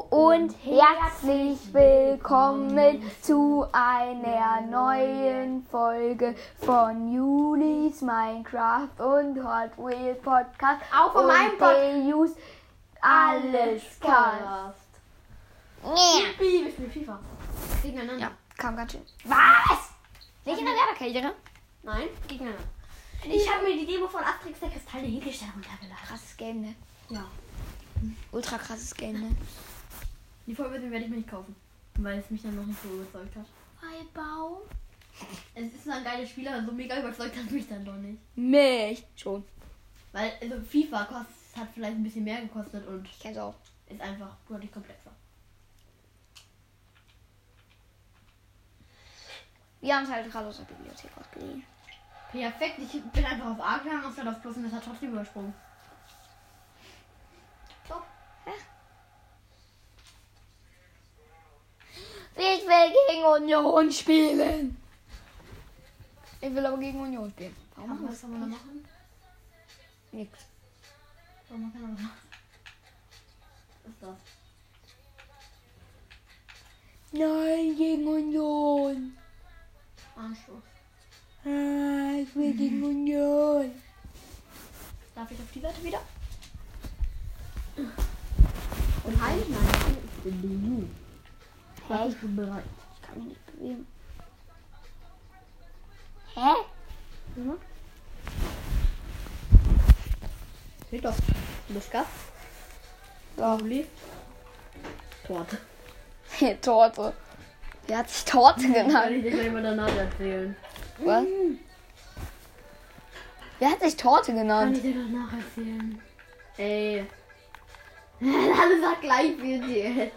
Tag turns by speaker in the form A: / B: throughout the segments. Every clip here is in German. A: und herzlich willkommen zu einer neuen Folge von Julis Minecraft und Hot Wheels Podcast.
B: Auch von
A: und
B: meinem Pod-
A: Deus alles kann.
B: Ich liebe ich mit FIFA. Gegeneinander.
A: kam ganz schön.
B: Was?
A: Nicht in der Werderkarriere?
B: Nein, gegeneinander. Ich habe mir die Demo von Asterix der Kristalle hingestellt und runtergeladen.
A: Krasses Game, ne?
B: Ja.
A: Ultra krasses Game, ne?
B: Die Vollversion werde ich mir nicht kaufen, weil es mich dann noch nicht so überzeugt hat.
A: Hi, Baum.
B: Es ist ein geiles Spiel, aber so mega überzeugt hat mich dann doch nicht.
A: Mich. Schon.
B: Weil also FIFA kostet, hat vielleicht ein bisschen mehr gekostet und
A: Ich kenn's auch.
B: ist einfach deutlich komplexer.
A: Wir haben es halt gerade aus der Bibliothek ausgeliehen.
B: Perfekt, ich bin einfach auf A gegangen und statt auf Plus und das hat trotzdem übersprungen.
A: Ich will gegen Union spielen. Ich will aber gegen Union spielen. Warum machen wir das?
B: man da machen?
A: Nix.
B: Warum man kann aber machen? Was ist das?
A: Nein, gegen Union.
B: Anschluss.
A: Ah, ich will
B: Mhm.
A: gegen Union.
B: Darf ich auf die Seite wieder? Und halt nein. Ich bin die Ju.
A: Hä?
B: Ich bin bereit.
A: Ich kann mich nicht bewegen. Hä?
B: Seht doch. Muskat. Pauli. Torte.
A: Torte. Wer hat sich Torte
B: Kann
A: genannt?
B: ich dir gleich mal danach erzählen.
A: Was? Wer hat sich Torte
B: Kann
A: genannt?
B: ich dir danach erzählen. Ey. Alles sagt gleich wie dir.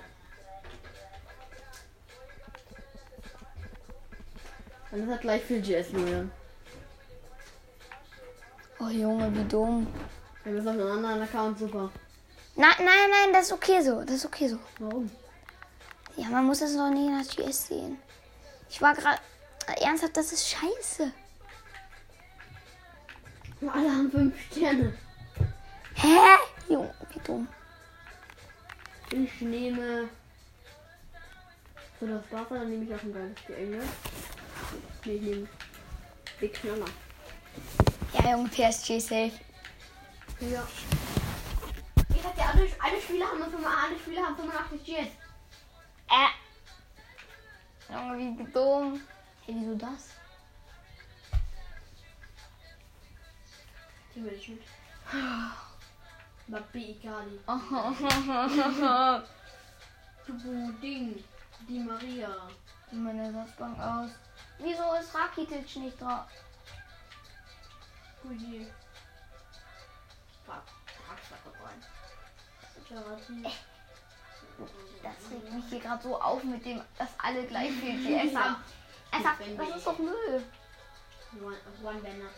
B: Alles hat gleich viel GS, Julian.
A: Oh Junge, wie dumm.
B: Wir müssen auf einen anderen Account, super.
A: Nein, nein, nein, das ist okay so. Das ist okay so.
B: Warum?
A: Ja, man muss das noch nicht als GS sehen. Ich war gerade. Ernsthaft, das ist scheiße.
B: Alle haben fünf Sterne.
A: Hä? Junge, wie dumm.
B: Ich nehme. So, das Wasser, dann nehme ich auch ein geiles Geengel. Nee, ich nehme. Big Schneller.
A: Ja, Junge, PSG safe.
B: Ja. Ich dachte, alle, alle Spieler haben 85, alle Spieler haben 85 GS.
A: Äh. Junge, wie dumm. Hey, wieso das?
B: Die will ich mit. Babi Ikali. Tubu Ding. Die Maria.
A: Meine Ersatzbank aus. Wieso ist Rakitic nicht drauf?
B: Guji. Fuck. Fuck, fuck, rein. Jarati.
A: Das regt mich hier gerade so auf mit dem, dass alle gleich viel GS haben. Ernsthaft, das ist doch Müll.
B: One, one Banner.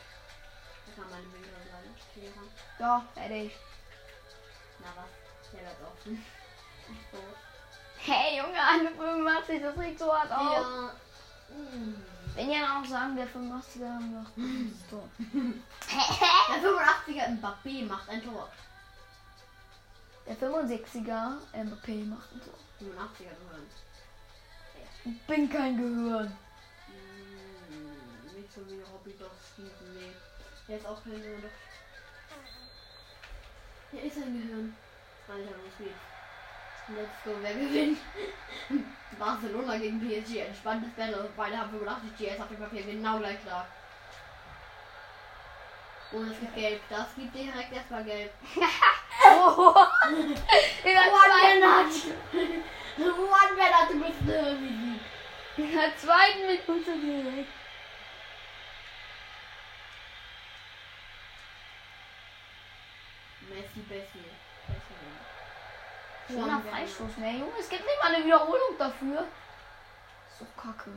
B: Da kann meine Bilder sein. Klärer.
A: Ja, fertig.
B: Na was? Der wird offen. So.
A: Hey, Junge, alle 85, das regt so hart auf.
B: Ja. Mm.
A: Wenn ihr dann auch sagen, der 85er haben wir auch das Tor.
B: Der 85er im Babi macht ein Tor.
A: Der 65er MVP macht ein Tor.
B: 85er Gehirn.
A: Ich bin kein Gehirn.
B: Mm, Nicht so wie Hobby Dog Steven, nee. Der ist auch kein Gehirn. doch. Der ist ein Gehirn. Alter, was geht? Let's go, wer gewinnt? Barcelona gegen PSG, entspanntes Battle. Beide haben 85 GS auf dem Papier, genau gleich stark. Und es gibt gelb, das gibt direkt erstmal gelb.
A: Oh. In der
B: One
A: zweiten,
B: One Banner, du bist eine äh, Musik.
A: in der zweiten Minute direkt.
B: Messi, Bessie. Bessie.
A: Schöner Freistoß, ne Junge, es gibt nicht mal eine Wiederholung dafür. So kacke.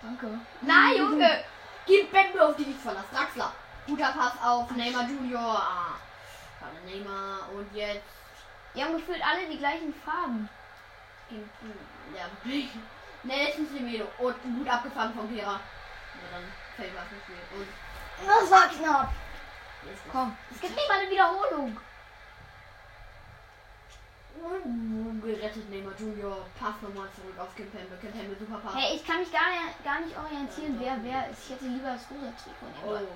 A: Danke. Nein, Junge.
B: Gib Bembe auf die nicht verlass. Draxler. Guter Pass auf Neymar Junior. Ah. Schade, Neymar. Und jetzt.
A: Die haben gefühlt alle die gleichen Farben.
B: gegen- Ja. Ne, das ist Semedo. Und gut abgefangen von Kera. Und dann fällt was nicht mehr. Und
A: Das war knapp.
B: jetzt kommt.
A: Komm, es gibt nicht mal eine Wiederholung.
B: Und gerettet United Neymar Junior. Pass nochmal zurück auf Kim Pembe. Kim Pembe, super Pass.
A: Hey, ich kann mich gar, gar nicht orientieren, wer wer ist. Ich hätte lieber das rosa Trikot nehmen
B: Oh,
A: wollen.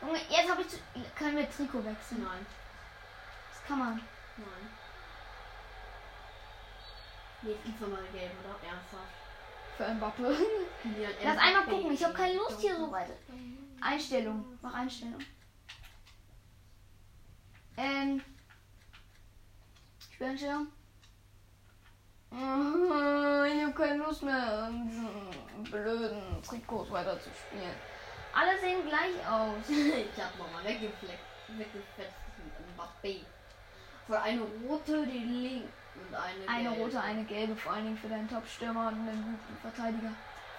A: Junge, jetzt habe ich zu, können wir Trikot wechseln.
B: nein,
A: Das kann man.
B: nein. Jetzt gibt's nochmal Gelb, oder? Ernsthaft.
A: Für Mbappe.
B: Julian
A: Lass
B: Elfer-
A: einmal gucken, ich habe keine Lust hier so
B: Don't-
A: weit. Einstellung, mach Einstellung. Ähm. Spieleinstellung. Ich habe keine Lust mehr, an diesen blöden Trikots weiter zu spielen. Alle sehen gleich aus.
B: ich hab nochmal weggefleckt. Weggefetzt mit Mbappé. Von eine rote, die linken und eine
A: Eine
B: gelbe.
A: rote, eine gelbe, vor allen Dingen für deinen Top-Stürmer und einen guten Verteidiger.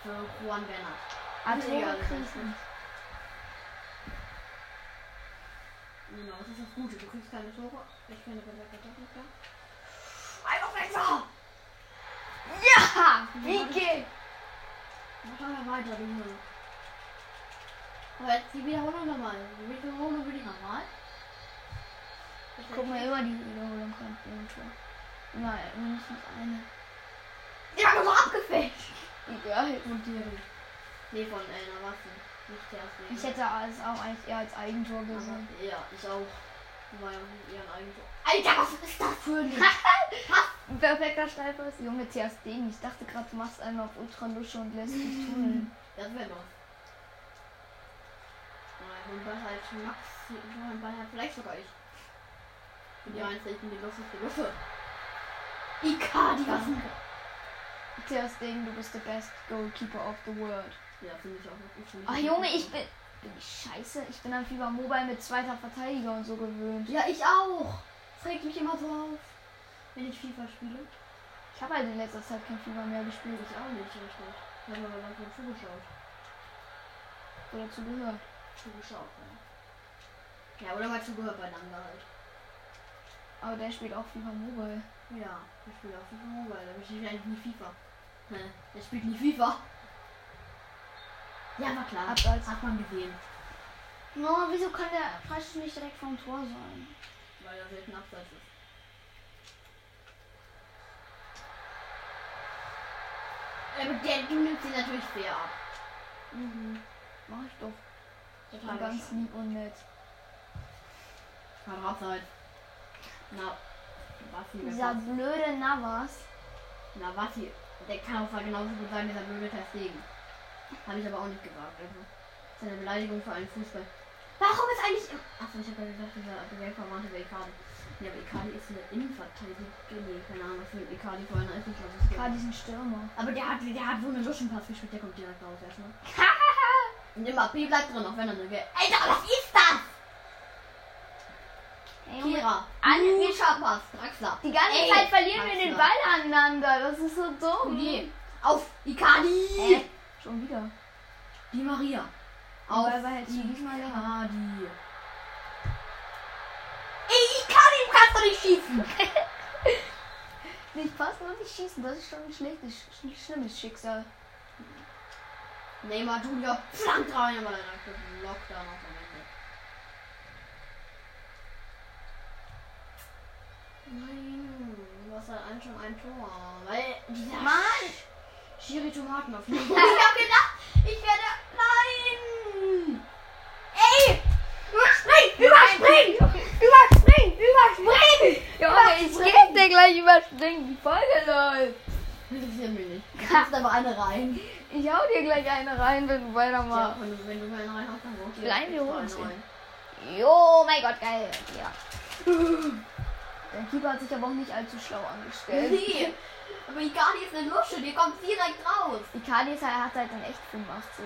B: Für Juan Bernat.
A: Atore
B: Egal, das ist
A: Krisen.
B: Genau, das ist das Gute. Du kriegst keine Tore. Ich kann nicht mehr Kartoffeln klar. Einfach besser!
A: Ja! Wie geht?
B: Machen wir weiter, die Hunde. Aber jetzt die Wiederholung nochmal. Die Wiederholung will ich nochmal. Ich
A: Guck mal immer die Wiederholung kommt irgendwo. Immer mindestens eine.
B: Die haben aber abgefälscht!
A: Egal.
B: Von dir. Nee, von einer Waffe. Nicht der erste.
A: Ich hätte es auch eigentlich eher als Eigentor gesehen.
B: Aber- Ja, ich auch. War ja eher ein Eigentor. Alter, was ist das für ein.
A: Ein perfekter Schneidpass. Junge, TSD, ich dachte gerade, du machst einen auf Ultralusche und lässt dich tunneln.
B: Das wäre noch. Mein Ball halt Max, mein Ball hat halt vielleicht sogar ich. Bin die einzige die lustigste Waffe. Icardi, was ein
A: TSD, du bist der best Goalkeeper of the world.
B: Ja, finde ich auch noch ich find
A: Ach
B: ich
A: Ah, Junge,
B: auch
A: ich
B: noch.
A: bin... Bin ich scheiße? Ich bin an FIFA Mobile mit zweiter Verteidiger und so gewöhnt.
B: Ja, ich auch. Das regt mich immer so auf. Wenn ich FIFA spiele.
A: Ich habe halt in letzter Zeit kein FIFA mehr gespielt
B: Ich auch nicht, richtig. Ich habe aber ganz gut zugeschaut.
A: oder zugehört.
B: Zugeschaut, ja. Ja, oder mal zugehört bei Nanga halt.
A: Aber der spielt auch FIFA Mobile.
B: Ja, ich spiele auch FIFA Mobile, aber ich spiele eigentlich nie FIFA. Hä? Er spielt nie FIFA. Ja, war klar.
A: Abseits.
B: Hat man gesehen.
A: No, wieso kann der Freistoß nicht direkt vom Tor sein?
B: Weil er selten abseits ist. Aber der, du nimmst ihn natürlich sehr ab.
A: Mhm. Mach ich doch.
B: Total
A: ganz lieb und nett.
B: Kann abseits. Na, was hier?
A: Dieser
B: Ja.
A: blöde Navas.
B: Na, was hier? Der kann auch genauso gut sein, dieser blöde Testegen. Habe ich aber auch nicht gesagt. Also, das ist eine Beleidigung für einen Fußball. Warum ist eigentlich. Achso, ich habe ja gesagt, dieser Gewählverwandte wäre Icardi. Ja, aber Icardi ist eine Innenverteidigung. Nee, keine Ahnung, was für ein Icardi vor einer ist. Ich glaube, das ist
A: Gerade diesen Stürmer.
B: Aber der hat, der hat so einen Luschenpass gespielt, der kommt direkt raus erstmal. Und immer P bleibt drin, auch wenn er eine Gel. Alter, was ist das?
A: Ey, Junge,
B: Kira.
A: Alle-
B: Mischa Pass, Draxler.
A: die ganze
B: Ey,
A: Zeit verlieren wir den
B: Draxler.
A: Ball aneinander. Das ist so dumm.
B: Nee. Auf Icardi.
A: Hä? Schon wieder.
B: Die Maria.
A: Auf
B: Auf
A: die
B: Icardi. Ey, Icardi, du kannst doch nicht schießen.
A: Nicht passen und nicht schießen. Das ist schon ein schlechtes, sch schlimmes Schicksal.
B: Neymar Junior flankt rein, aber dann hat er Lockdown auf am Ende. Nein, du hast halt ein, schon ein Tor. Weil dieser
A: Mann!
B: Schiri Tomaten auf mich. ich hab gedacht, ich werde. Nein! Ey! Überspringen! Überspringen! Überspringen! Überspringen!
A: Junge, ich geb dir gleich überspringen. Die Folge läuft.
B: Das ist ja mir nicht. Du kannst aber eine rein.
A: Ich hau dir gleich eine rein, wenn du
B: Ja,
A: weitermachst.
B: wenn du, wenn du eine rein hast, dann brauchst du
A: Nein, wir
B: extra
A: holen
B: eine
A: sie.
B: rein.
A: Jo, mein Gott, geil. Ja. Der Keeper hat sich aber auch nicht allzu schlau angestellt.
B: Nee, aber Icardi ist eine Lusche, die kommt direkt raus.
A: Icardi ist halt- hat halt dann echt 85.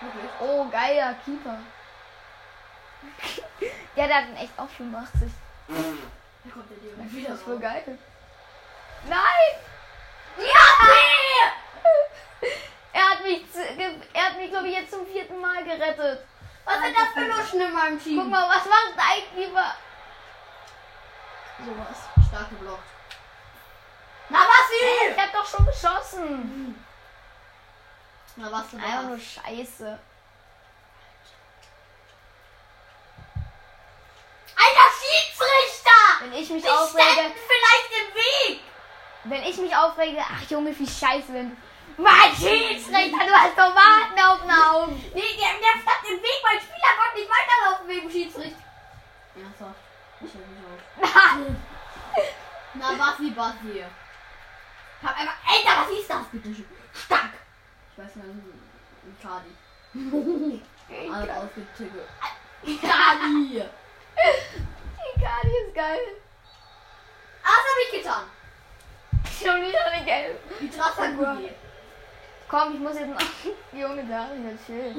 B: Wirklich?
A: Oh, geiler Keeper. ja, der hat ihn echt auch 85.
B: Da kommt der direkt wieder
A: Das ist
B: raus.
A: voll geil. Nein!
B: Ja,
A: Er hat mich, zu- ge- er hat mich glaube ich, jetzt zum vierten Mal gerettet.
B: Was sind das für Luschen in meinem Team?
A: Guck mal, was macht ein Keeper? Sowas.
B: Stark geblockt. Na was Hm.
A: Ich hab doch schon geschossen.
B: Na was du
A: Einfach
B: warst.
A: nur Scheiße.
B: Alter Schiedsrichter!
A: Wenn ich mich
B: Die
A: aufrege,
B: standen vielleicht im Weg!
A: wenn wenn ich mich aufrege, ach Junge, wie scheiße, wenn du. Mein Schiedsrichter, du hast Tomaten auf den Augen.
B: Nee, der, der stand im Weg, mein Spieler konnte nicht weiterlaufen wegen dem Schiedsrichter. Ja, so. Ich höre mich auf. Na, Basti, Basti. Hab einfach. Alter, was ist das? Bitte schön. Stark! Ich weiß gar nicht. ein Kadi. Alle ausgetickelt. Kadi!
A: Ikadi ist geil.
B: Ah, Was hab ich getan?
A: Schon wieder eine gelbe.
B: Die Trasse hat
A: Bruh.
B: gut gegeben.
A: Komm, ich muss jetzt noch. Junge, Daniel, chill.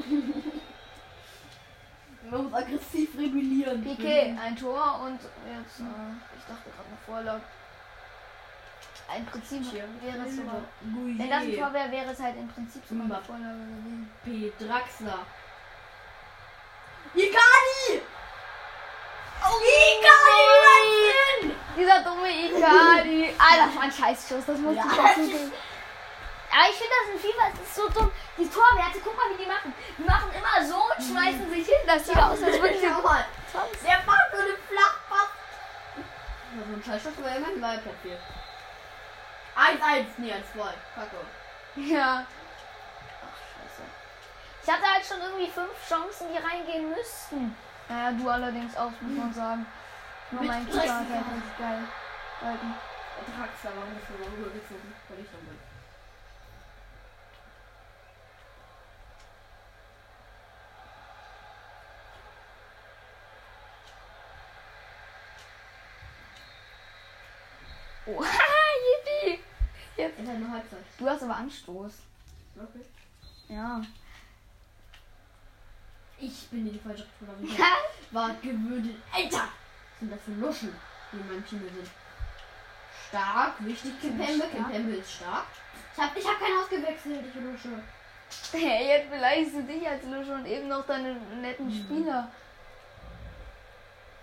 B: Man muss aggressiv regulieren. Mhm.
A: Piquet, ein Tor und jetzt. Äh, ich dachte gerade eine Vorlage. Ein Prinzip wäre es sogar. Wenn das ein Tor wäre, wäre es halt im Prinzip sogar eine
B: Mbappé.
A: Vorlage gewesen.
B: P. Draxler. Ikadi! Oh, Ikadi! Nein!
A: Dieser dumme Ikadi. Alter, das war ein Scheißschuss. Das musst
B: Ja.
A: du trotzdem geben. Aber ich finde das in FIFA, es ist so dumm. Die Torwerte, guck mal, wie die machen. Die machen immer so und schmeißen sich hin. Das sieht aus, als würden sie
B: Schau mal.
A: sonst.
B: Der macht so einen Flachpass. Ja, so ein Scheißschuss war immerhin bei Papier. 1-1, nee, 1-2. Kacke.
A: Ja.
B: Ach, scheiße.
A: Ich hatte halt schon irgendwie fünf Chancen, die reingehen müssten. Naja, du allerdings auch, muss man sagen. Nur
B: Mit
A: mein Keeper hat halt
B: Dreckskerl.
A: richtig geil. gehalten.
B: Draxler war nicht so rübergezogen, weil ich dran bin.
A: Oh, haha, yippie.
B: In deiner Halbzeit.
A: Du hast aber Anstoß.
B: Okay.
A: Ja.
B: Ich bin in die falsche Richtung. aber ich War gewöhnt. Alter! Was sind das für Luschen, die in meinem Team sind? Stark, wichtig. Kimpembe,
A: stark.
B: Kimpembe ist stark. Ich hab, ich hab kein Haus gewechselt, ich Lusche.
A: Hey, jetzt beleidigst du dich als Lusch und eben noch deine netten Spieler.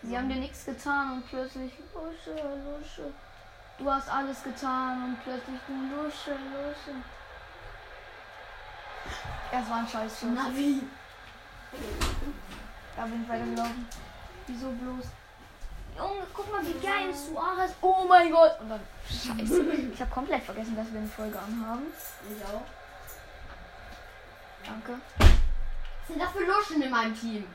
A: Sie haben dir nichts getan und plötzlich Lusche, Lusche. Du hast alles getan und plötzlich du Lusche, Lusche. Oh, Das war ein Scheißschuss.
B: Navi.
A: Da bin ich weitergelaufen. Wieso bloß? Junge, guck mal, wie
B: Mhm.
A: geil Suarez. Oh mein Gott. Und dann, scheiße. Ich habe komplett vergessen, dass wir eine Folge anhaben.
B: Ich auch.
A: Danke.
B: Was sind das für Luschen in meinem Team?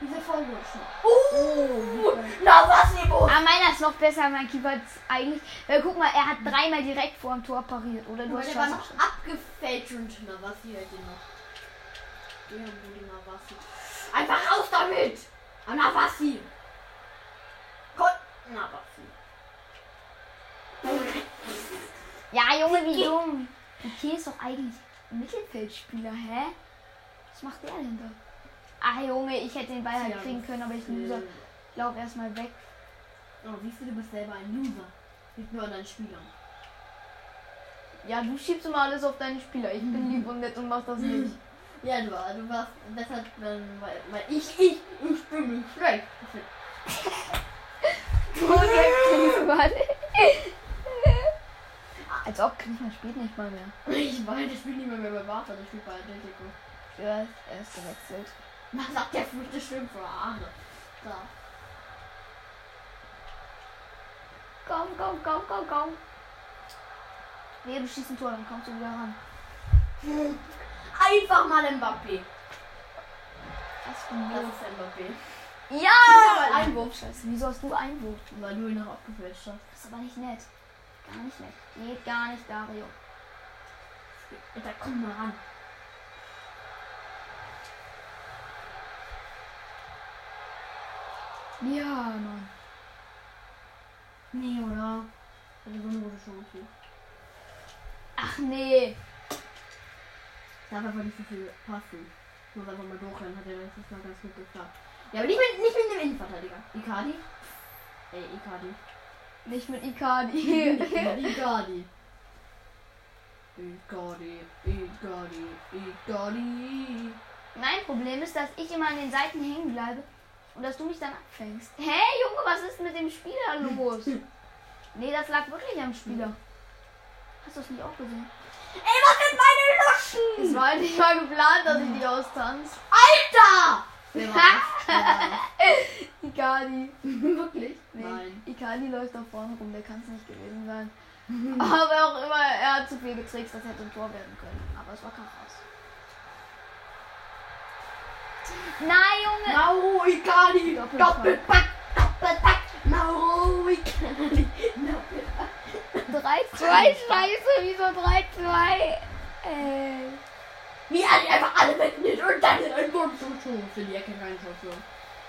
B: Diese Vollluschen.
A: Oh,
B: Na was, Nico?
A: Ah, meiner ist noch besser, mein Keeper ist eigentlich. Weil guck mal, er hat dreimal direkt vor dem Tor pariert, oder? Du hast
B: Der war
A: Scheiße.
B: noch abgefälscht und na was, hier hält ihn noch. Ja, wo die Navassi. Einfach raus damit! Ah, Navassi! Gott, Navassi.
A: Ja, Junge, wie dumm. Piquet ist doch eigentlich ein Mittelfeldspieler, hä? Was macht der denn da? Ah, Junge, ich hätte den Ball halt
B: Ja.
A: kriegen können, aber ich Loser. Ich lauf erstmal weg.
B: Oh, siehst du, du bist selber ein Loser. Nicht nur an deinen Spielern.
A: Ja, du schiebst immer alles auf deine Spieler. Ich bin lieb und nett und mach das nicht.
B: Ja, du, war- du warst deshalb, ähm, weil, weil ich, ich, ich bin nicht schlecht.
A: Als ob Griechenland spielt nicht mal mehr.
B: Ich weiß, ich spiele nicht mehr, mehr bei Barca, ich spiele bei Atletico.
A: Ja, er ist gewechselt.
B: Was sagt der fünfte Schimpfer? Arne. Da.
A: Komm, komm, komm, komm, komm. Nee, du schießt ein Tor, dann kommst du wieder ran.
B: Einfach mal Mbappé.
A: Was für ein
B: Das
A: Wurf.
B: ist Mbappé.
A: Ja!
B: ein Wurf.
A: Scheiße, wieso hast du Einwurf?
B: Weil du ihn noch abgefälscht hast.
A: Das ist aber nicht nett. Gar nicht nett. Geht gar nicht, Dario.
B: Alter, komm mal ran.
A: Ja, Mann.
B: Nee, oder? Also so eine gute Chance.
A: Ach nee.
B: Ich darf einfach nicht so viel passen. Ich muss einfach mal durchrennen, hat er letztes Mal ganz gut geklappt. Ja, aber nicht mit, nicht mit dem Innenverteidiger. Icardi? Ey, Icardi.
A: Nicht mit Ikadi.
B: Icardi. Icardi. Icardi. Icardi.
A: mein Problem ist, dass ich immer an den Seiten hängen bleibe und dass du mich dann abfängst. Hä, Junge, was ist mit dem Spieler los? nee, das lag wirklich am Spieler. Hast du es nicht auch gesehen?
B: Ey, was sind meine Luschen?
A: Es war nicht mal geplant, dass ich dich austanze.
B: Alter! Wer war das?
A: Ikadi.
B: Wirklich?
A: Nee,
B: Nein.
A: Ikadi läuft da vorne rum, der kann es nicht gewesen sein. Aber wer auch immer, er hat zu viel getrickst, das hätte ein Tor werden können. Aber es war kein Raus. Nein, Junge!
B: Nauru Icardi,
A: Doppelpack.
B: Doppelpack, Doppelpack, Nauru Icardi, Doppelpack.
A: 3-2, scheiße, wieso Äh, 3-2? Ey.
B: Wie er die einfach alle wegnimmt und dann in ein Wurm zum Tor für die Ecke reinschaut. So.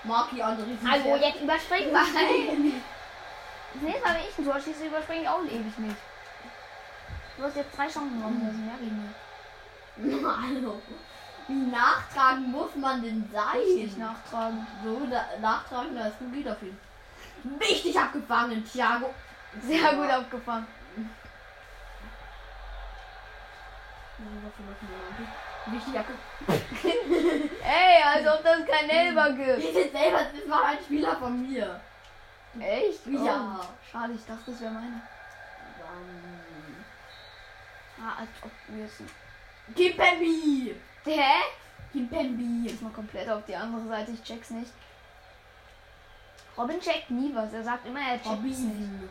B: Marki André
A: Also, jetzt überspringen wir. Das
B: Nein.
A: nächste Mal, wenn ich ein Tor schieße, überspringe ich auch ewig nicht. Du hast jetzt zwei Chancen drauf, das ist mehr gegen mich.
B: Hallo. Wie nachtragen muss man denn sein?
A: Richtig nachtragen.
B: So da, nachtragen, da ist gut geht auf ihn. Richtig abgefangen, Thiago.
A: Sehr gut aufgefangen.
B: Richtig abgefangen.
A: Ey, als ob das kein Elber gibt.
B: Ich bin selber, das war ein Spieler von mir.
A: Echt? Oh.
B: Ja.
A: Schade, ich dachte, das wäre meine. Ah, als ob wir es.
B: Kimpembi!
A: Hä?
B: Kimpembi!
A: Jetzt mal komplett auf die andere Seite, ich check's nicht. Robin checkt nie was, er sagt immer, er checkt's nicht.
B: Robinson.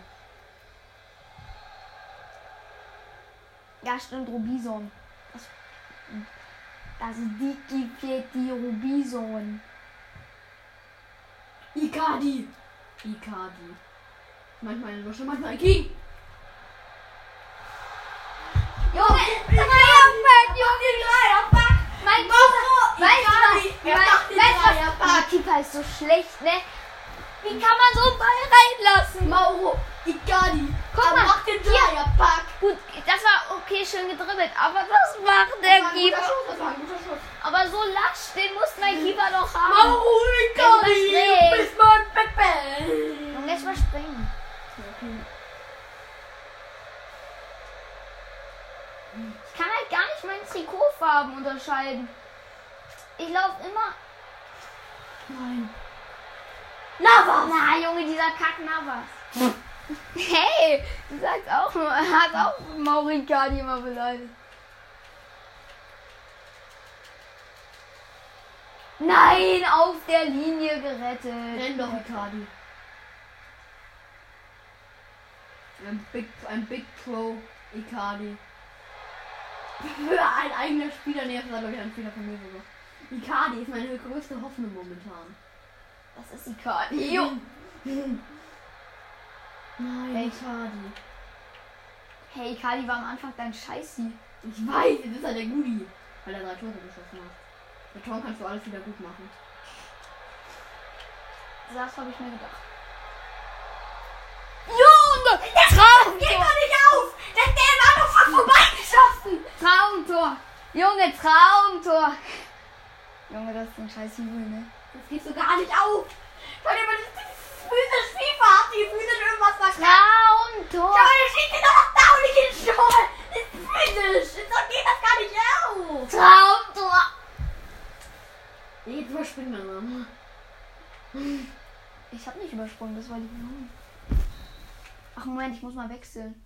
A: Ja, stimmt, Robison. Das, das ist die, die, die, die Robison.
B: Icardi! Icardi. Manchmal eine Lusche, manchmal ein King.
A: Junge, drei auf Back, Junge, drei auf Back. Mein Gott, weißt
B: Icardi,
A: du was?
B: er
A: Weißt
B: macht den
A: weißt du was?
B: Dreierpack.
A: Der Keeper ist so schlecht, ne? Wie kann man so einen Ball reinlassen?
B: Mauro! Icardi!
A: Guck
B: er
A: mal,
B: macht den
A: hier.
B: Dreierpack!
A: Gut, das war okay, schön gedribbelt, aber was macht
B: Das
A: der
B: war ein guter
A: Keeper?
B: Schuss, das war ein guter Schuss.
A: Aber so lasch, den muss mein Keeper doch haben.
B: Mauro Icardi!
A: Jetzt
B: Du
A: überspringt.
B: bist mein Pepe!
A: Und jetzt mal springen. Ich kann halt gar nicht meine Trikotfarben unterscheiden. Ich laufe immer.
B: Nein. Navas!
A: Na, Junge, dieser Kack Navas. Hey, du sagst auch nur, hat auch Maurikadi immer beleidigt. Nein, auf der Linie gerettet.
B: Nenn doch Icardi. Ein Big, ein Big Pro Icardi. ein eigener Spieler, nee, das war glaube ich ein Fehler von mir sogar. Icardi ist meine größte Hoffnung momentan.
A: Das ist Icardi. Jo.
B: Nein,
A: Hey.
B: Icardi.
A: Hey, Icardi war am Anfang dein Scheißi.
B: Ich weiß, jetzt ist er der Gudi, weil er drei Tore geschossen hat. Mit Toren kannst du alles wieder gut machen.
A: Das habe ich mir gedacht. Junge, das Traumtor.
B: nicht auf! Der war doch fast vorbeigeschossen!
A: Traumtor. Junge, Traumtor. Junge, das ist ein scheiß Jubel, ne?
B: Das geht so gar nicht auf! Schau dir mal das frühe Schiefer ab, die fühlen irgendwas nach
A: Traumtor.
B: Ja, aber der schießt ihn doch noch da und ich in den Schorn. Das ist physisch. So geht das gar nicht auf.
A: Traumtor.
B: Jetzt überspringen wir mal.
A: Ich habe nicht übersprungen, das war die Blume. Ach Moment, ich muss mal wechseln.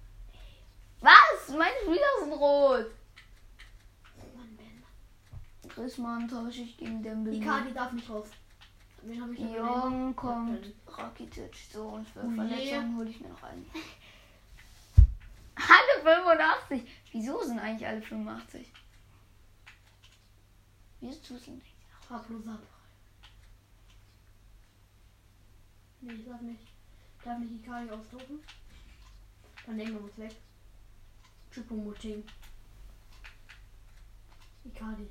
A: Was? Meine Spieler sind rot. Griezmann tausche ich gegen Dembele.
B: Icardi darf nicht raus. Wen hab ich denn gesehen?
A: Jong kommt Oh Rakitic. So, und für
B: Ui.
A: Verletzungen hole ich mir noch einen. alle 85. Wieso sind eigentlich alle 85? Wieso sind eigentlich
B: Pablo Sabra. Nee, ich darf nicht. Ich darf nicht Icardi ausdrucken. Dann nehmen wir uns weg. Chupomoting. Icardi.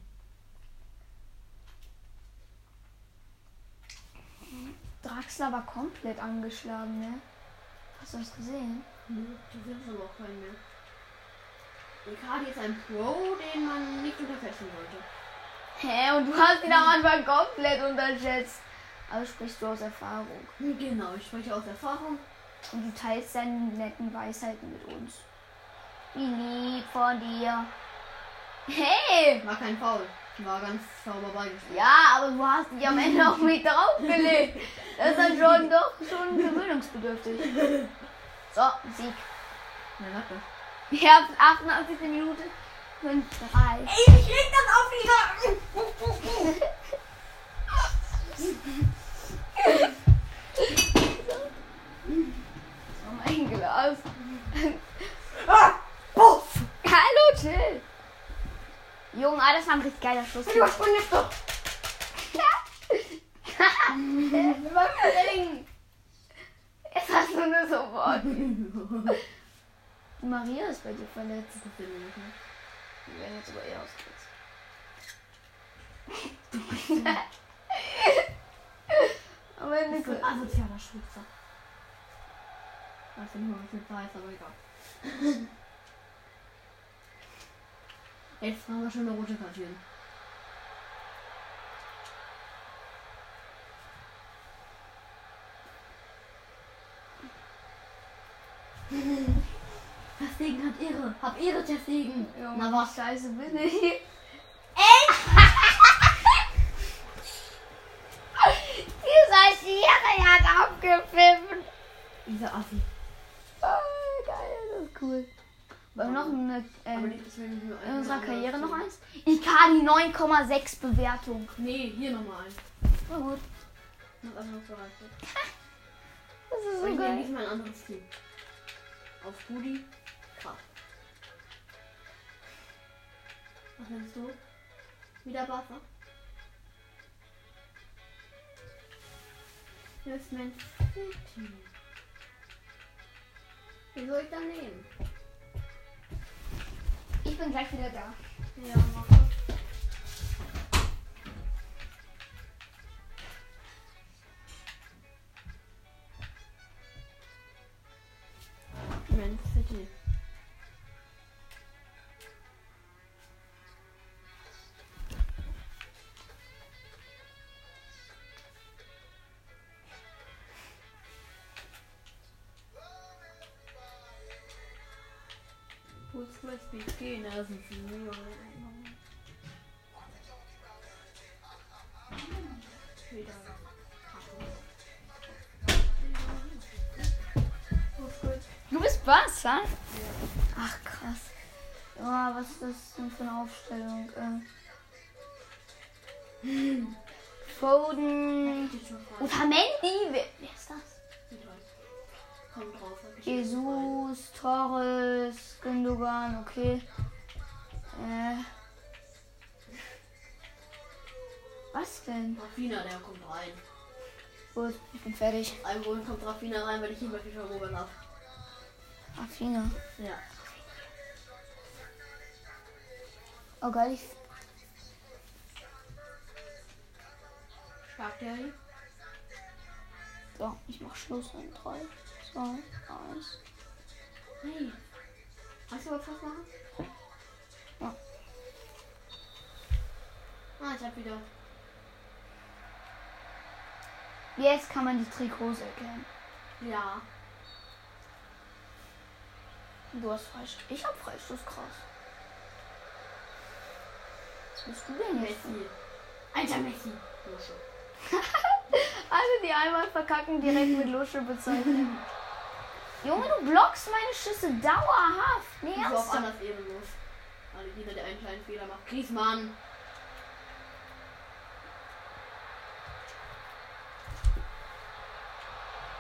A: Draxler war komplett angeschlagen, ne? Hast du das gesehen?
B: Nö, Du findest aber auch keinen mehr. Icardi ist ein Pro, den man nicht unterschätzen sollte.
A: Hä, und du hast ihn am Anfang komplett unterschätzt. Aber sprichst du aus Erfahrung.
B: Genau, ich spreche aus Erfahrung.
A: Und du teilst deine netten Weisheiten mit uns. Wie lieb von dir. Hey!
B: War kein Foul. War ganz sauber beigespielt.
A: Ja, aber du hast dich am Ende auch mit draufgelegt. Das ist dann schon doch schon gewöhnungsbedürftig. So, Sieg.
B: Wer sagt das?
A: Herbst, 88. Minute. 5, 3.
B: Ey, ich reg das auf wieder!
A: Oh mein Glas. Ah, das war ein richtig geiler Schuss.
B: Ich überspringe jetzt doch.
A: Überspringen! Es war so eine sofort. Die Maria ist bei dir verletzt. Wir werden jetzt eh über ihr ausgesetzt. Aber
B: Das
A: eine
B: ist so ein
A: Gr-
B: asozialer Schwitzer. Weiß nicht, was mit da ist, aber egal. Jetzt machen wir schon eine rote kassieren. Testegen hat ihre. Hab ihre Testegen.
A: Ja,
B: Na was?
A: Scheiße bin ich. Ihr seid hier hat abgepfiffen.
B: Diese Assi.
A: Oh, geil, das ist cool. Wir haben noch eine,
B: Aber
A: ähm,
B: nicht, dass wir nicht nur
A: in
B: einen
A: unserer
B: haben,
A: Karriere
B: sondern
A: noch eins. Ikari 9,6 Bewertung.
B: Nee, hier nochmal.
A: Na gut.
B: Das ist einfach noch so reicht.
A: Das ist
B: Und
A: so
B: ich nehme
A: geil.
B: diesmal ein anderes Team. Auf Rudi. Kraft. Was nimmst du? Wieder Buffer? Nimmst mein City. Wie soll ich da nehmen?
A: Ich bin gleich wieder da.
B: Ja, mach das. Man City. Wo ist mein Speed gehen? Da ist ein Senior. Wieder. Wo ist mein
A: Du bist Wasser? Ach krass. Ja, was ist das denn für eine Aufstellung? Ähm. Foden.
B: Speed schon frei?
A: Otamendi. Wer, wer ist das?
B: Ich weiß. Komm drauf. hab ich gefreut.
A: Jesus, Torres, Gündogan, okay. Äh. Was denn?
B: Raffina, der kommt rein.
A: Gut, ich bin fertig.
B: Ein Wohin kommt Raffina rein, weil ich ihn bei FIFA Mobile hab.
A: Affina.
B: Ja.
A: Oh geil, ich.
B: Stark, der hier.
A: So, ich mach Schluss in 3, 2, 1.
B: Hey. Hast du was was machen?
A: Ja.
B: Ah, ich hab wieder.
A: Jetzt kann man die Trikots erkennen.
B: Ja.
A: Du hast Freistoß. Ich hab Freistoß, krass. Was bist du denn jetzt?
B: Messi. Alter Messi. Lusche.
A: Alle, Also, die einmal verkacken, direkt mit Lusche bezeichnen. Junge, du blockst meine Schüsse dauerhaft. Nee,
B: Ja, so auf
A: ernsthaft.
B: anders ehrenlos. Also jeder, der einen kleinen Fehler macht. Griezmann.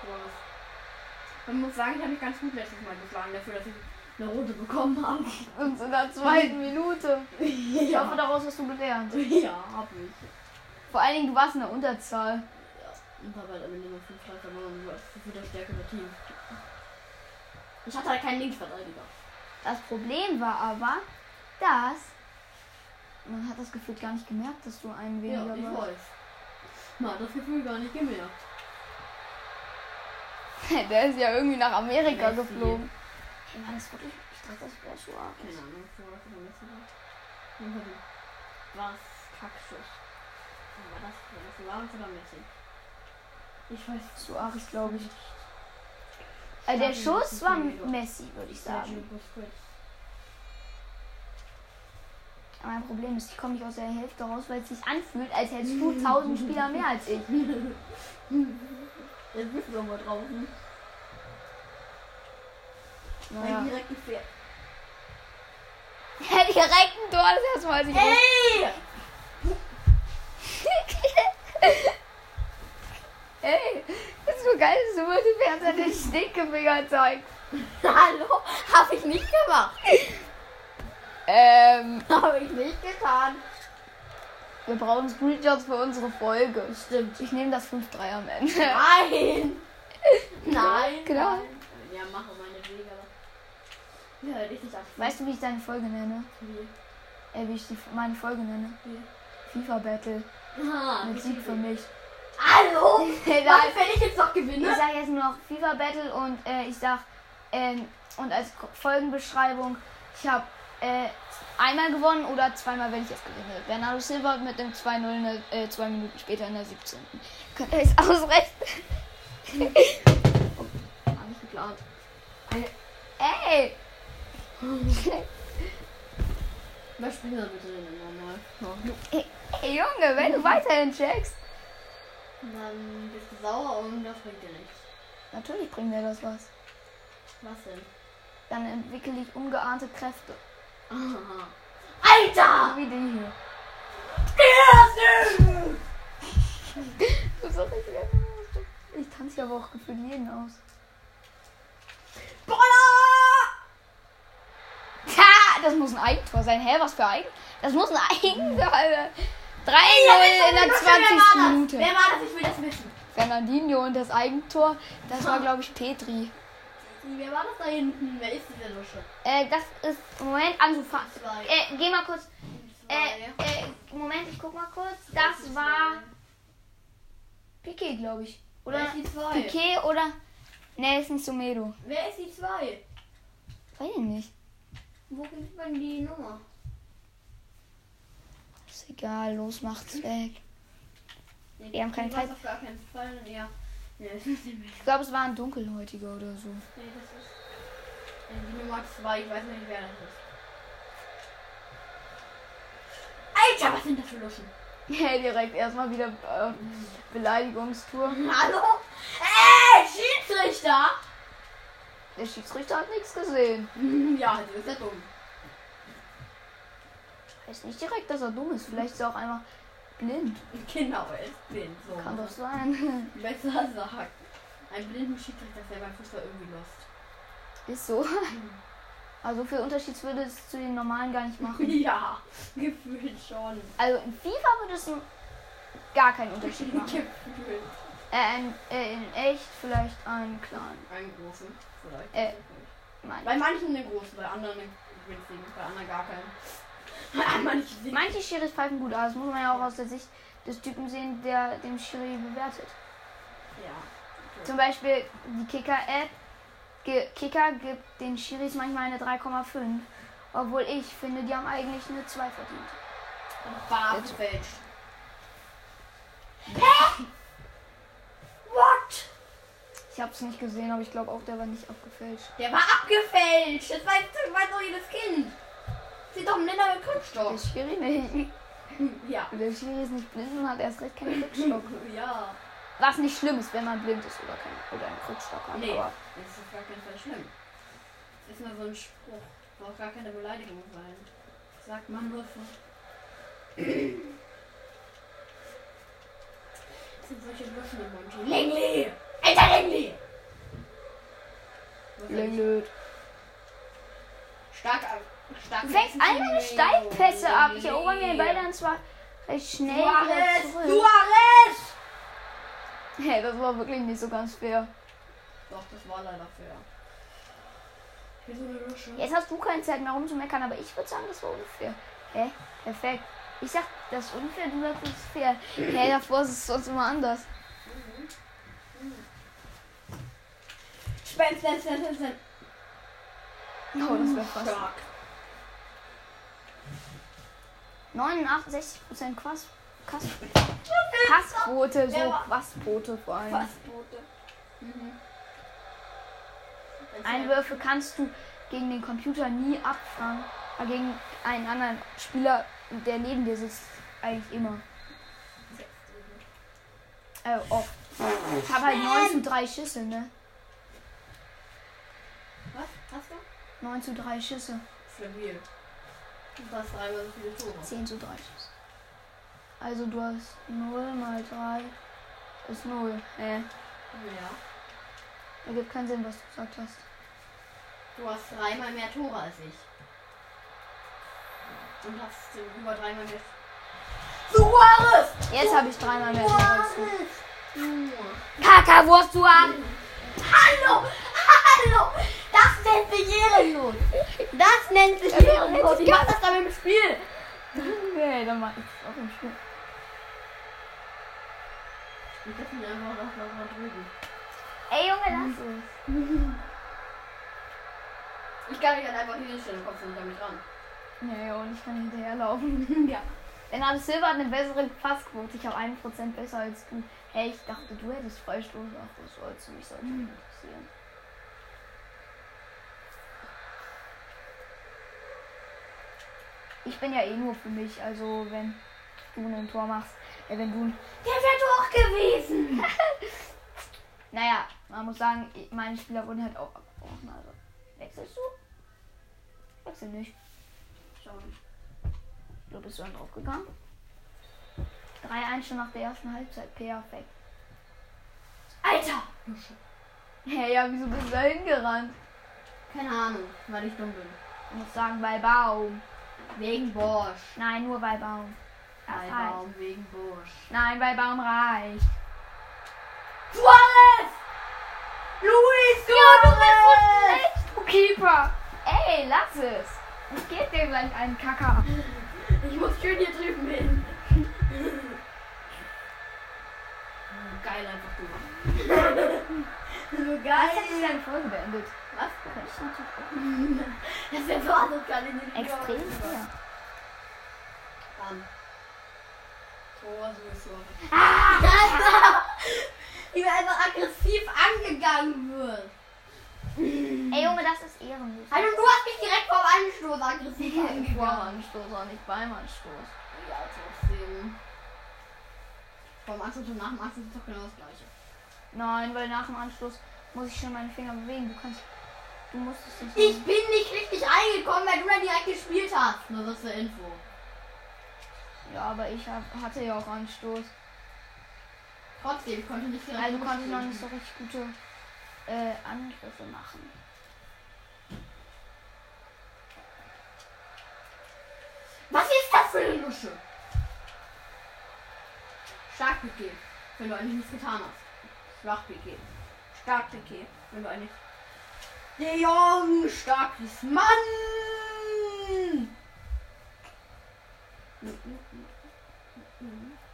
B: Groß. Man muss sagen, ich habe mich ganz gut letztes Mal geschlagen dafür, dass ich eine rote bekommen habe.
A: Und in der zweiten Minute. Ich hoffe,
B: ja.
A: daraus hast du gelernt.
B: ja, hab ich.
A: Vor allen Dingen, du warst in der Unterzahl.
B: Ja. Und hab halt am Ende nur 5 Mal verloren und war für das stärkere Team. Ich hatte halt keinen Linksverteidiger.
A: Das Problem war aber, dass man hat das Gefühl gar nicht gemerkt, dass du einen
B: Ja,
A: weniger
B: ich
A: warst.
B: weiß. Man hat das Gefühl gar nicht gemerkt.
A: Der ist ja irgendwie nach Amerika
B: Messi.
A: geflogen. Hey, war das wirklich? Ich dachte, das wäre Suarez.
B: Keine Ahnung, wo war das denn letzte Mal? Mhm. Was? Kackschuss. War das denn? War das oder Messi? Ich weiß
A: Suarez, glaube ich. Äh, der
B: Schaffen,
A: Schuss war
B: Messi.
A: Messi, würde ich
B: Sergio
A: sagen.
B: Busquets.
A: Aber Mein Problem ist, ich komme nicht aus der Hälfte raus, weil es sich anfühlt, als hättest du 1000 Spieler mehr als ich.
B: Jetzt bist du doch mal draußen.
A: Naja.
B: Direkt ein Pferd.
A: Ja, direkt ein Tor, das erste Mal, als ich
B: Ey!
A: Ey, das ist so geil, dass du mit dem Fernseher den Stinkefinger zeigst.
B: Hallo? Hab ich nicht gemacht.
A: Ähm,
B: Habe ich nicht getan.
A: wir brauchen Screenshots für unsere Folge.
B: Stimmt.
A: Ich nehme das 5-3 am Ende.
B: Nein! Nein!
A: Genau.
B: Nein. Ja, mache meine Wege, aber. Ja, dich nicht ab.
C: Weißt du, wie ich deine Folge nenne?
B: Wie?
C: Äh, wie ich die, meine Folge nenne?
B: Wie?
C: FIFA Battle.
B: Ah,
C: Mit Sieg für
B: mich.
C: mich.
B: Hallo!
C: Egal.
B: Was, wenn ich jetzt noch
C: Ich
B: gewinne?
C: sage jetzt nur noch FIFA Battle und äh, ich sag ähm, und als Ko- Folgenbeschreibung, ich habe äh, einmal gewonnen oder zweimal, wenn ich es gewinne. Bernardo Silva mit dem 2-0 in der- äh, zwei Minuten später in der 17. Könnt ihr es ausrechnen?
B: Hab ich geglaubt.
C: Ey!
B: Was spielen wir bitte denn nochmal?
C: Ey Junge, wenn du weiterhin checkst.
B: Dann bist du sauer und das bringt dir nichts.
C: Natürlich bringt mir das was.
B: Was denn?
C: Dann entwickle ich ungeahnte Kräfte.
B: Aha. Alter!
C: Wie den hier.
B: Kirsten!
C: Du bist doch richtig einfach. Ich tanze ja aber auch für jeden aus.
B: Boller!
C: Ha, das muss ein Eigentor sein. Hä, was für ein? Das muss ein Eigentor. Alter. 3-0 in der 20.
B: Wer
C: Minute.
B: war das? Ich will das wissen.
C: Fernandinho und das Eigentor, das war glaube ich Petri.
B: Wer war das da hinten? Wer ist diese Lusche?
C: Äh, das ist Moment, Ansu Fa-
B: Zwei.
C: Äh, geh mal kurz. Äh,
B: Zwei.
C: äh, Moment, ich guck mal kurz. Das war Piquet, glaube ich.
B: Wer
C: Oder
B: ist die zwei?
C: Piquet oder Nelson Sumedo.
B: Wer ist die zwei?
C: Weiß ich nicht.
B: Wo gibt man die Nummer?
C: Ist egal, los macht's
A: Hm.
C: weg.
B: Nee,
C: Wir haben keinen
B: die war's
C: Fall.
B: Auf gar keinen Fall. Ja. Nee, das ist nicht mehr.
C: Ich glaube, es war ein dunkelhäutiger oder so.
B: Nee, das ist. äh, Die Nummer zwei. Ich weiß nicht, wer das ist. Alter, was sind das für Luschen?
A: Hey, direkt erstmal wieder äh, Beleidigungstour.
B: Hallo? Ey, Schiedsrichter!
A: Der Schiedsrichter hat nichts gesehen.
B: Hm, Ja, du bist ja dumm.
A: Heißt nicht direkt, dass er dumm ist. Vielleicht ist er auch einfach blind.
B: Genau, er ist blind. So.
A: Kann doch sein.
B: Besser sagen. Ein blinden Schiedsrichter ist ja beim Fußball irgendwie lost.
A: Ist so. Also viel Unterschied würde es zu den normalen gar nicht machen.
B: Ja, gefühlt schon.
A: Also in FIFA würde es n- gar keinen Unterschied machen.
B: Gefühlt.
A: Äh, in, äh, in echt vielleicht einen kleinen.
B: Einen großen, vielleicht.
A: Äh,
B: Manche. Bei manchen einen großen, bei anderen einen winzigen, bei anderen gar keinen. Bei manchen sind
A: Manche Schiris pfeifen gut, aber das muss man ja auch aus der Sicht des Typen sehen, der den Schiri bewertet.
B: ja.
A: Zum Beispiel die Kicker-App. Ge Kicker gibt den Schiris manchmal eine 3,5. Obwohl ich finde, die haben eigentlich eine 2 verdient.
B: Bar gefälscht. Hä? What?
A: Ich habe es nicht gesehen, aber ich glaube auch, der war nicht abgefälscht.
B: Der war abgefälscht. Das weiß, das weiß doch jedes Kind. Sieht doch ein Länder mit Kunststoff.
A: Der Schiri nicht.
B: Ja.
A: Der Schiri ist nicht blind und hat erst recht keinen Krückstock.
B: Ja.
A: Was nicht schlimm ist, wenn man blind ist oder, kein, oder einen Krückstock hat.
B: Nee,
A: Aber
B: das ist auf gar keinen Fall schlimm. Das ist nur so ein Spruch. Braucht gar keine Beleidigung sein. Sagt man nur so. Das sind solche Würfen im Mund. Lengli! Alter Lengli! Was
A: blöd.
B: eigentlich- Stark ab. Stark
A: Du fängst all meine Steilpässe ab. Ich erober mir den Ball dann zwar recht schnell wieder
B: Suarez!
A: zurück.
B: Suarez!
A: Hey, das war wirklich nicht so ganz fair.
B: Doch, das war leider fair. Ich bin so eine Lusche.
A: Jetzt hast du keine Zeit mehr rumzumeckern, aber ich würde sagen, das war unfair. Hä? Perfekt. Ich sag, das ist unfair, du sagst, das ist fair. Hä, davor ist es sonst immer anders.
B: Spend, spend, spend, spend, spend.
A: Oh, das wäre fast.
B: Stark.
A: 69% Quass. Kass. Passquote, so
B: Wer war-
A: Quassquote vor allem.
B: Passbote. Mhm.
A: Einwürfe kannst du gegen den Computer nie abfangen, aber gegen einen anderen Spieler, der neben dir sitzt, eigentlich immer. Äh, oft. Ich habe halt 9 zu 3 Schüsse, ne?
B: Was? Hast du?
A: 9 zu 3 Schüsse.
B: Stabil. Du hast dreimal so viele Tore.
A: 10 zu 3 Schüsse. Also du hast 0 mal 3 ist 0. Hä?
B: Ja.
A: Ergibt keinen Sinn, was du gesagt hast.
B: Du hast dreimal mehr Tore als ich. Und hast äh, über dreimal mit. Suarez!
A: Jetzt habe ich dreimal mehr. Schnauze.
D: Kaka, wo hast du an?
B: Hallo! Hallo! Das nennt sich Ehrenlos! Das nennt sich Ehrenlos! Ich mach das damit im Spiel!
A: Nee, dann mach ich es auch im Spiel.
B: Wir dürfen einfach noch mal drüben.
D: Ey, Junge, lass uns.
B: Ich kann mich dann einfach hier hinstellen und kommst du nicht damit ran.
A: Ja, ja, und ich kann hinterherlaufen. ja. Bernardo Silva hat eine bessere Passquote. Ich habe 1% besser als du. Hey, ich dachte, du hättest Freistoß. Ach, das soll's mich sollte nicht interessieren. Ich bin ja eh nur für mich. Also, wenn du ein Tor machst, äh, wenn du ein
D: Der wäre doch gewesen.
A: Naja, man muss sagen, ich- meine Spieler wurden halt auch abgebrochen. Also. Wechselst du? Wechsel nicht.
B: Schau mal.
A: Du bist dann draufgegangen. 3-1 schon nach der ersten Halbzeit. Perfekt.
B: Alter!
A: Hey, ja, wieso bist du da hingerannt?
B: Keine Ahnung, weil ich dumm bin.
A: Ich muss sagen, bei Baum.
B: Wegen Bosch.
A: Nein, nur bei Baum. Das
B: Bei
A: reicht.
B: Baum wegen Bosch.
A: Nein, bei Baum reicht.
B: Suarez! Luis Suarez!
A: Du Keeper! Ey, lass es! Ich geb dir gleich einen Kacker.
B: ich muss schön hier drüben hin. Geil einfach gemacht. so
A: Ich hätte
B: geil.
A: deine Folge beendet.
B: Was?
A: Könnte ich natürlich auch.
B: Das wäre so anders geil in den
A: Extrem schwer.
B: Bam. Tor Luis Suarez.
D: Ah,
B: Wie man einfach aggressiv angegangen wird.
D: ey, Junge, das ist ehrenlos.
B: Also du hast mich direkt vom Anstoß aggressiv
A: genau.
B: angegangen.
A: Voranstoß, auch nicht beim Anstoß.
B: Ja, trotzdem. Vom Anstoß und nach dem Anstoß ist doch genau das gleiche.
A: Nein, weil nach dem Anschluss muss ich schon meine Finger bewegen. Du kannst. Du musst es nicht.
B: Ich bin nicht richtig reingekommen, weil du da direkt gespielt hast. Nur das zur Info.
A: Ja, aber ich hab, hatte ja auch Anstoß.
B: Trotzdem, ich konnte nicht direkt
A: Also konnte ich noch nicht so
B: spielen.
A: richtig gute äh, Angriffe machen.
B: Was ist das für eine Lusche? Stark PK, wenn du eigentlich nichts getan hast. Schwach PK. Stark PK, wenn du eigentlich. Der Jong, starkes Mann!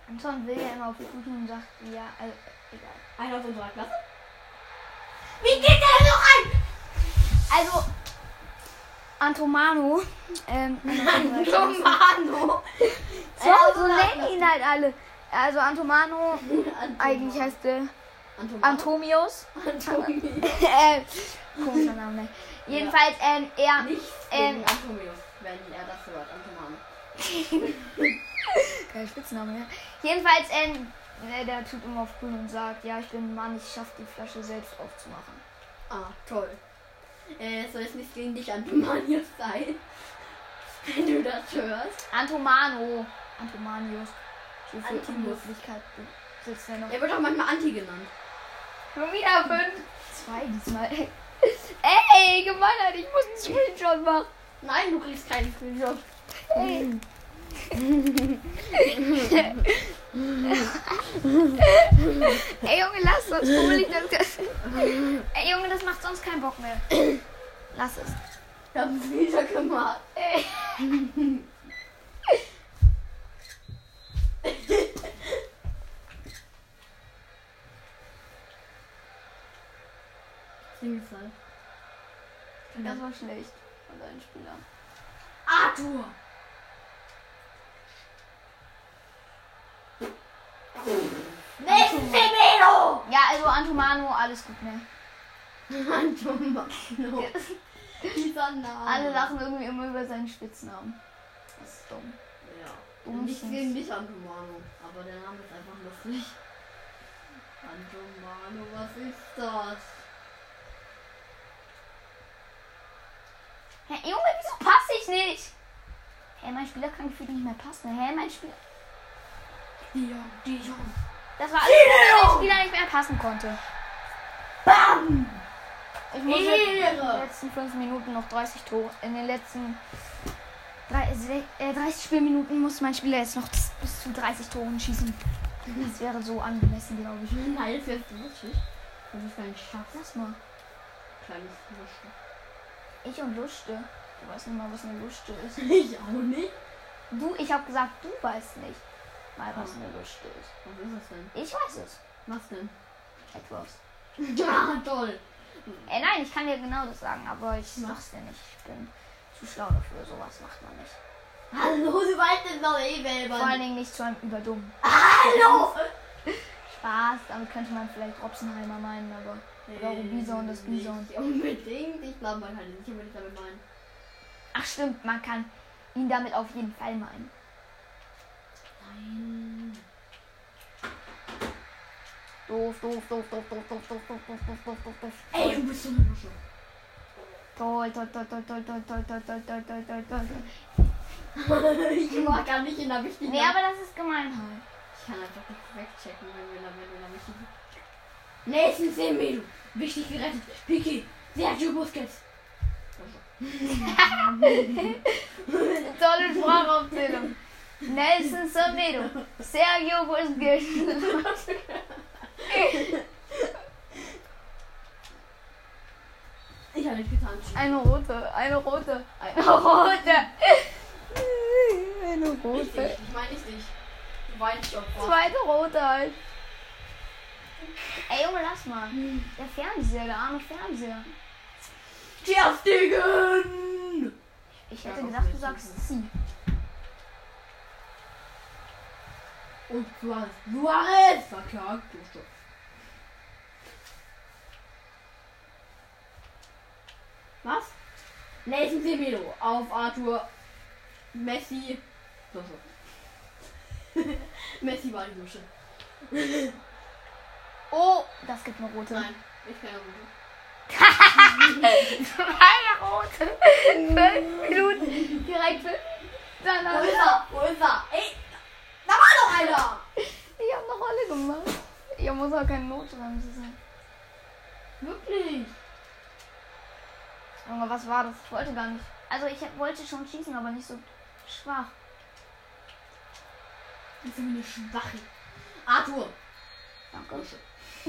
A: Anton will ja immer auf gut und sagt, ja, also, egal.
B: Einer aus unserer Klasse? Wie geht der noch ein?
A: Also, Antomano, ähm,
B: Romano!
A: so, so nennen ihn halt alle. Also Antomano, eigentlich heißt der
B: Anton.
A: Antomius.
B: Anton.
A: äh, komischer Name. Jedenfalls, ähm, er,
B: Nicht
A: Ähm.
B: ähm, Antomius, wenn er das hört, Antomano.
A: Kein Spitzname, ja. Jedenfalls, ähm, äh, der tut immer auf grün und sagt, ja, ich bin ein Mann, ich schaff die Flasche selbst aufzumachen.
B: Ah, toll. Äh, es soll jetzt nicht gegen dich, Antomanius, sein. Wenn du das hörst.
A: Antomano. Antomanius. So viel
B: Antimus.
A: Unmöglichkeit besitzt er noch.
B: Er wird auch manchmal Anti genannt.
A: Schon wieder fünf. Zwei diesmal. Ey, Gemeinheit, ich muss einen Screenshot machen.
B: Nein, du kriegst keinen Screenshot.
A: Ey. Mhm. Ey, Junge, lass das. Hol ich das.
D: Ey, Junge, das macht sonst keinen Bock mehr.
A: Lass es.
B: Ich hab es wieder gemacht.
D: Ey.
B: Singlefall.
A: Das war schlecht von deinen Spielern.
B: Arthur! Messimero!
A: Ja, also Antomano, alles gut, ne?
B: Antomano. Dieser Name.
A: Alle lachen irgendwie immer über seinen Spitznamen. Das ist dumm.
B: Ja.
A: Dumm
B: nicht
A: sind's.
B: gegen dich, Antomano. Aber der Name ist einfach lustig. Antomano, was ist das?
D: Hä, Junge, wieso passe ich nicht? Hä, mein Spieler kann gefühlt nicht mehr passen. Hä, mein Spieler.
B: Dion, Dion.
D: Das war alles, weil mein Spieler nicht mehr passen konnte.
B: Bam!
A: Ich muss jetzt in den
B: Ehre.
A: letzten fünf Minuten noch 30 Tore. In den letzten Drei, se- äh, 30 Spielminuten muss mein Spieler jetzt noch bis bis zu 30 Toren schießen. Das wäre so angemessen, glaube ich.
B: Nein, das ist lustig. Das ist ein Schatz.
A: Lass mal.
B: Kleines Lustig.
A: Ich und Luschte. Du weißt nicht mal, was eine Luschte ist.
B: Ich auch nicht.
A: Du, ich habe gesagt, du weißt nicht mal, was eine Luschte ist.
B: Was ist das denn?
A: Ich weiß es.
B: Was denn?
A: Etwas.
B: ah, toll.
A: Äh, nein, ich kann dir genau das sagen, aber ich mach's dir nicht. Ich bin zu schlau dafür. Sowas macht man nicht.
B: Hallo, du weißt es noch eh
A: Vor allen
B: selber.
A: Dingen nicht zu einem Überdummen.
B: Hallo!
A: Spaß, damit könnte man vielleicht Robsenheimer meinen, aber. Warum Bison, das Bison?
B: Nicht unbedingt. Ich glaube, man kann es nicht unbedingt damit meinen.
A: Ach stimmt, man kann ihn damit auf jeden Fall meinen.
B: Nein.
A: Doof, doof, doof, doof, doof, doof, doof, doof, doof, doof, doof, doof, doof.
B: Ey, du bist so eine Lusche.
A: Toll, toll, toll, toll, toll, toll, toll, toll, toll, toll, toll, toll, toll.
B: ich war gar nicht in der wichtigen.
A: Nee, aber das ist Gemeinheit.
B: ich kann einfach nicht wegchecken, wenn wir in der, wenn wir in der wichtigen. Nächsten 10 Minuten. Wichtig gerettet. Piki. Sergio Busquets.
A: Tolle Sprachaufzählung. Nelson Samedo, Sergio Busquets.
B: Ich habe nicht getan.
A: Eine rote, eine rote,
B: Ein-
A: eine rote. Eine
B: Ich
A: rote.
B: dich. Ich meine nicht dich. Du weinst doch vor.
A: Zweite rote halt. Ey Junge, lass mal. Der Fernseher, der arme Fernseher.
B: Kerstin!
A: Ich hätte gedacht, du sagst sie.
B: Und Suarez. Suarez! Verklagt. Du Stoff. Was? Nelson Semedo auf Arthur Messi. So, so. Messi war die Dusche.
A: Oh, das gibt eine rote.
B: Nein, ich kann ja gut.
A: Meine rote. Fünf Minuten. Direkt fünf. Dann
B: Wo
A: hab
B: ist
A: ich
B: er? Wo ist er? Ey! Da war noch einer!
A: ich hab eine Rolle gemacht. Ihr muss auch keine Notbremse sein.
B: Wirklich?
A: Junge, was war das? Ich wollte gar nicht. Also ich hab- wollte schon schießen, aber nicht so schwach.
B: Das ist eine Schwache. Arthur!
A: Danke.
B: Dusche.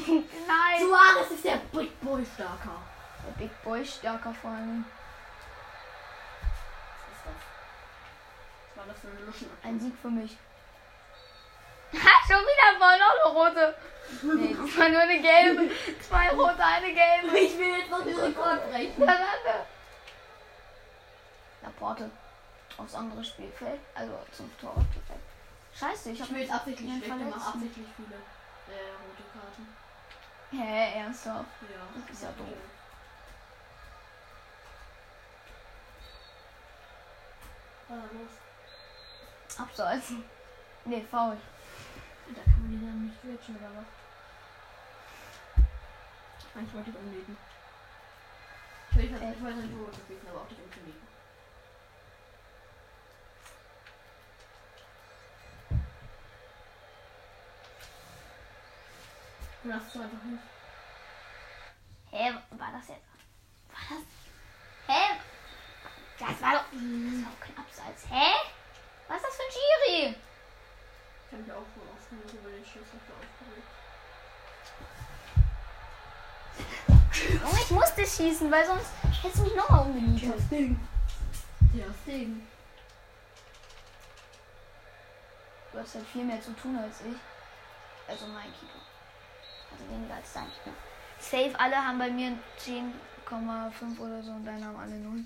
A: Nein.
B: Suarez ist der Big Boy starker.
A: Der Big Boy ist stärker vor allem.
B: Was ist das? Was war das für eine Luschen?
A: Ein Sieg für mich. Ha, schon wieder voll noch eine rote. Nee, das war nur eine gelbe. Zwei rote, eine gelbe.
B: Ich will jetzt noch den Rekord brechen.
A: Miteinander. Laporte aufs andere Spielfeld, also zum Torwartfeld. Scheiße, ich
B: Ich
A: hab
B: habe mir jetzt absichtlich
A: einen
B: schlecht gemacht,
A: Verletzten.
B: absichtlich viele äh, rote Karten.
A: Hä, ernsthaft.
B: Ja,
A: Das ist ja doof.
B: Ah, los.
A: Abseits. Nee, faul.
B: Da kann man die dann nicht switchen oder was? Ah, Ich wollte dich umlegen. Ich wollte
A: Äh.
B: ich wollte nicht Ruhe gewesen, aber auch dich umzulegen. Du hast es einfach nicht.
A: Hä, war das jetzt? War das? Hä? Das war doch. Das war doch kein Abseits. Hä? Was ist das für ein Schiri?
B: Ich kann mich auch wohl aufnehmen, über den Schiedsrichter aufgeregt.
A: Junge, Oh, ich musste schießen, weil sonst hättest du mich nochmal umgenietet.
B: Ding. Der Ding.
A: Du hast halt viel mehr zu tun als ich. Also mein Keeper. Also weniger als dein Keeper. Safe, alle haben bei mir 10,5 oder so und deine haben alle 0.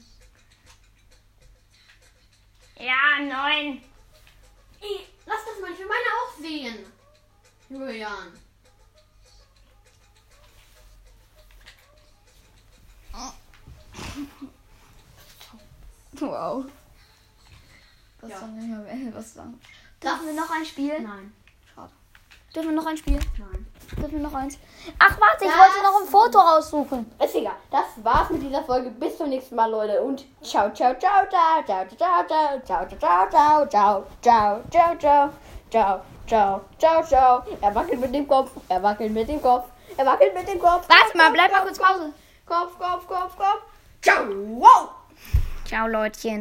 A: Ja, 9.
B: Ey, lass das mal für meine auch sehen. Julian.
A: Wow. Das
B: Ja.
A: ja. soll nicht mehr mehr was sagen.
B: Das-
A: Dürfen wir noch ein Spiel?
B: Nein,
A: Dürfen wir noch ein Spiel?
B: nein.
A: Dürfen wir noch eins? Ach, warte, ich
B: Das-
A: wollte noch ein Foto raussuchen.
B: Ist egal. Das war's mit dieser Folge. Bis zum nächsten Mal, Leute. Und ciao, ciao, ciao, ciao, ciao, ciao, ciao, ciao, ciao, ciao, ciao, ciao, ciao, ciao, ciao, ciao, ciao, ciao. Er wackelt mit dem Kopf. Er wackelt mit dem Kopf. Er wackelt mit dem Kopf.
A: Warte mal, bleib mal kurz Pause.
B: Kopf, Kopf, Kopf, Kopf. Ciao. Wow.
A: Ciao, Leutchen.